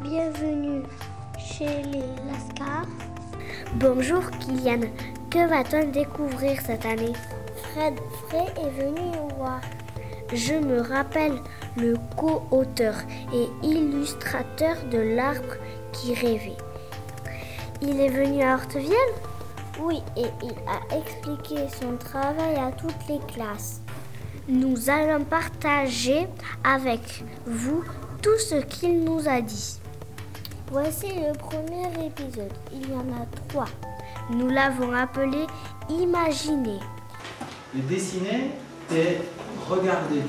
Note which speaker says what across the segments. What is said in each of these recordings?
Speaker 1: bienvenue chez les Lascars. Bonjour Kylian, que va-t-on découvrir cette année Fred Frey est venu nous voir. Je me rappelle le co-auteur et illustrateur de L'arbre qui rêvait. Il est venu à Hortevielle Oui, et il a expliqué son travail à toutes les classes. Nous allons partager avec vous tout ce qu'il nous a dit. Voici le premier épisode. Il y en a trois. Nous l'avons appelé Imaginer.
Speaker 2: Et dessiner, c'est regarder,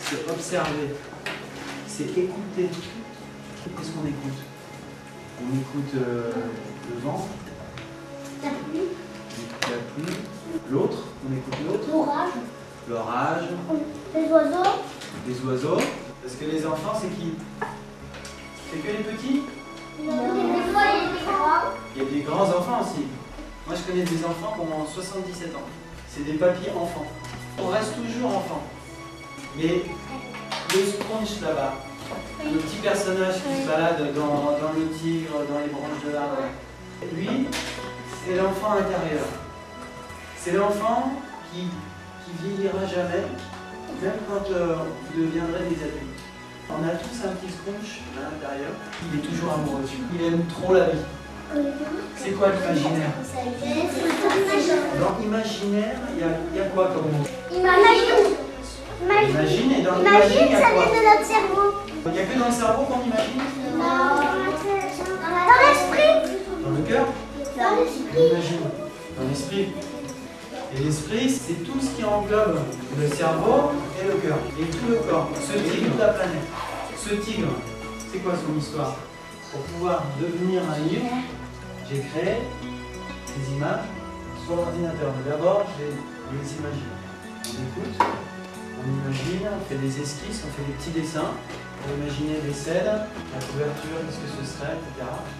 Speaker 2: c'est observer, c'est écouter. Qu'est-ce qu'on écoute On écoute euh, le vent, on écoute la pluie, l'autre, on écoute l'autre,
Speaker 1: L'orage,
Speaker 2: l'orage,
Speaker 1: les oiseaux,
Speaker 2: les oiseaux. Parce que les enfants, c'est qui C'est que les petits
Speaker 1: les fois les grands.
Speaker 2: Il y a des grands enfants aussi. Moi, je connais des enfants qui ont 77 ans. C'est des papiers enfants. On reste toujours enfant. Mais le sponge là-bas, le petit personnage qui se balade dans, dans le tigre, dans les branches de l'arbre, lui, c'est l'enfant intérieur. C'est l'enfant qui, qui vieillira jamais, même quand euh, vous deviendrez des adultes. On a tous un petit sponge à l'intérieur. Il est toujours amoureux de lui. Il aime trop la vie. C'est quoi l'imaginaire Dans l'imaginaire, il y a, il y a quoi comme mot
Speaker 1: Imagine.
Speaker 2: Imagine et dans l'imagine, il y a quoi
Speaker 1: notre cerveau.
Speaker 2: Il n'y a que dans le cerveau qu'on imagine
Speaker 1: Dans l'esprit.
Speaker 2: Dans le cœur
Speaker 1: Dans l'esprit.
Speaker 2: On imagine. Dans l'esprit. Et l'esprit, c'est tout ce qui englobe le cerveau et le cœur. Et tout le corps. Ce tigre de la planète. Ce tigre, c'est quoi son histoire Pour pouvoir devenir un livre, j'ai créé des images sur l'ordinateur. Mais d'abord, je les imagine. On écoute, on imagine, on fait des esquisses, on fait des petits dessins. On imaginer les scènes, la couverture, qu'est-ce que ce serait, etc.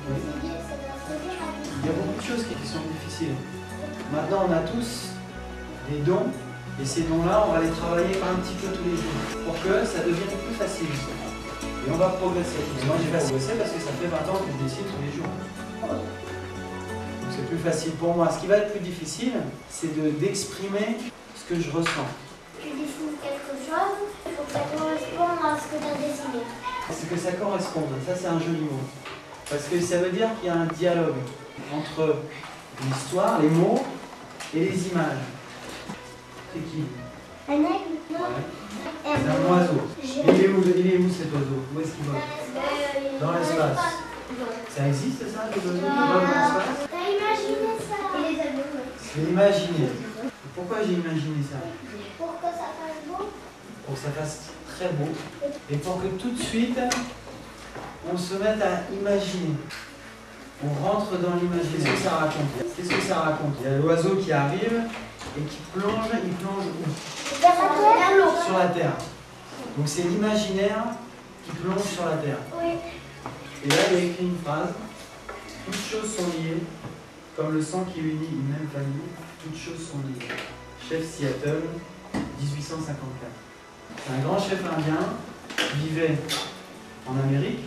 Speaker 2: Oui. Il y a beaucoup de choses qui qui sont difficiles. Maintenant, on a tous des dons, et ces dons-là, on va les travailler par un petit peu tous les jours, pour que ça devienne plus facile. Et on va progresser. Et moi, j'ai pas progressé parce que ça fait 20 ans que je dessine tous les jours. Donc c'est plus facile pour moi. Ce qui va être plus difficile, c'est de- d'exprimer ce que je ressens.
Speaker 1: Tu dessines quelque chose, il faut que ça corresponde à ce que tu as dessiné.
Speaker 2: C'est que ça corresponde, ça c'est un joli mot. Parce que ça veut dire qu'il y a un dialogue entre l'histoire, les mots et les images. C'est qui
Speaker 1: Un aigle
Speaker 2: Ouais.
Speaker 1: Un
Speaker 2: C'est un oiseau. Il est où, il est où cet oiseau Où est-ce qu'il va Dans l'espace. Ça existe ça, les oiseaux qui volent dans l'espace
Speaker 1: T'as imaginé ça Et les animaux.
Speaker 2: Je l'ai imaginé. Pourquoi j'ai imaginé ça
Speaker 1: Pour que ça fasse beau.
Speaker 2: Pour que ça fasse très beau et pour que tout de suite, on se mette à imaginer. On rentre dans l'imaginaire. Qu'est-ce que ça raconte Qu'est-ce que ça raconte Il y a l'oiseau qui arrive et qui plonge, il plonge où
Speaker 1: Dans la terre
Speaker 2: Sur la terre. Donc c'est l'imaginaire qui plonge sur la terre.
Speaker 1: Oui.
Speaker 2: Et là, il y a écrit une phrase. Toutes choses sont liées, comme le sang qui unit une même famille, toutes choses sont liées. Chef Seattle, 1854. C'est un grand chef indien qui vivait en Amérique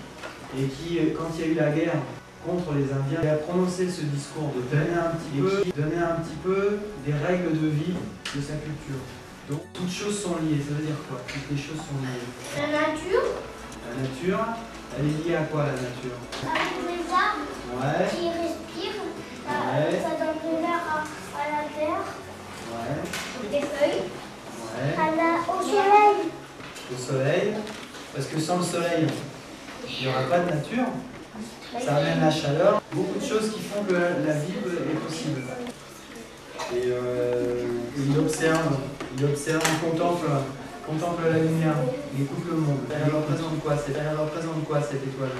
Speaker 2: et qui, euh, quand il y a eu la guerre contre les Indiens, il a prononcé ce discours de donner un petit peu, donner un petit peu des règles de vie de sa culture. Donc, toutes choses sont liées, ça veut dire quoi Toutes les choses sont liées.
Speaker 1: La nature,
Speaker 2: La nature, elle est liée à quoi la nature
Speaker 1: avec les arbres
Speaker 2: Ouais.
Speaker 1: qui respirent, ça,
Speaker 2: Ouais.
Speaker 1: ça donne de l'air à, à la terre,
Speaker 2: Ouais,
Speaker 1: des feuilles,
Speaker 2: ouais.
Speaker 1: à la, au soleil.
Speaker 2: Le soleil, parce que sans le soleil, il n'y aura pas de nature. Ça amène la chaleur. Beaucoup de choses qui font que la vie peut- est possible. Et euh, il observe, il observe, il contemple, contemple la lumière, il écoute le monde. Elle représente quoi cette, elle représente quoi cette étoile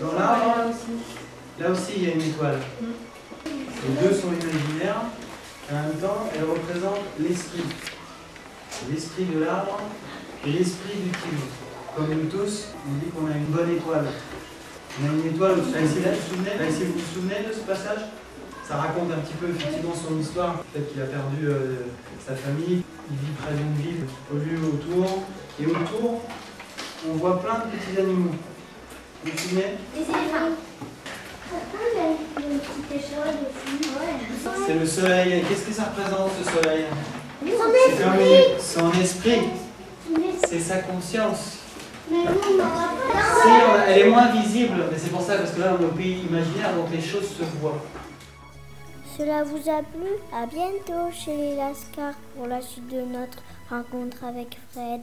Speaker 2: Dans l'arbre, là aussi il y a une étoile. Les deux sont imaginaires, et en même temps elles représentent l'esprit. L'esprit de l'arbre et l'esprit du tigre. Comme nous tous, on dit qu'on a une bonne étoile. On a une étoile, vous savez, vous vous souvenez, vous savez, vous vous souvenez de ce passage Ça raconte un petit peu effectivement son histoire. Peut-être qu'il a perdu euh, sa famille, il vit près d'une ville qui pollue autour. Et autour, on voit plein de petits animaux. Vous vous souvenez
Speaker 1: Des éléphants. Pourquoi il y a une petite échelle dessus ouais.
Speaker 2: C'est le soleil. Qu'est-ce que ça représente ce soleil
Speaker 1: Son
Speaker 2: C'est un-
Speaker 1: esprit
Speaker 2: Son esprit,
Speaker 1: Mais,
Speaker 2: c'est sa conscience.
Speaker 1: mais nous, on n'aura pas
Speaker 2: Si, on- elle est moins visible, mais c'est pour ça, parce que là, on est au pays imaginaire, donc les choses se voient.
Speaker 1: Cela vous a plu À bientôt chez les Lascars pour la suite de notre rencontre avec Fred.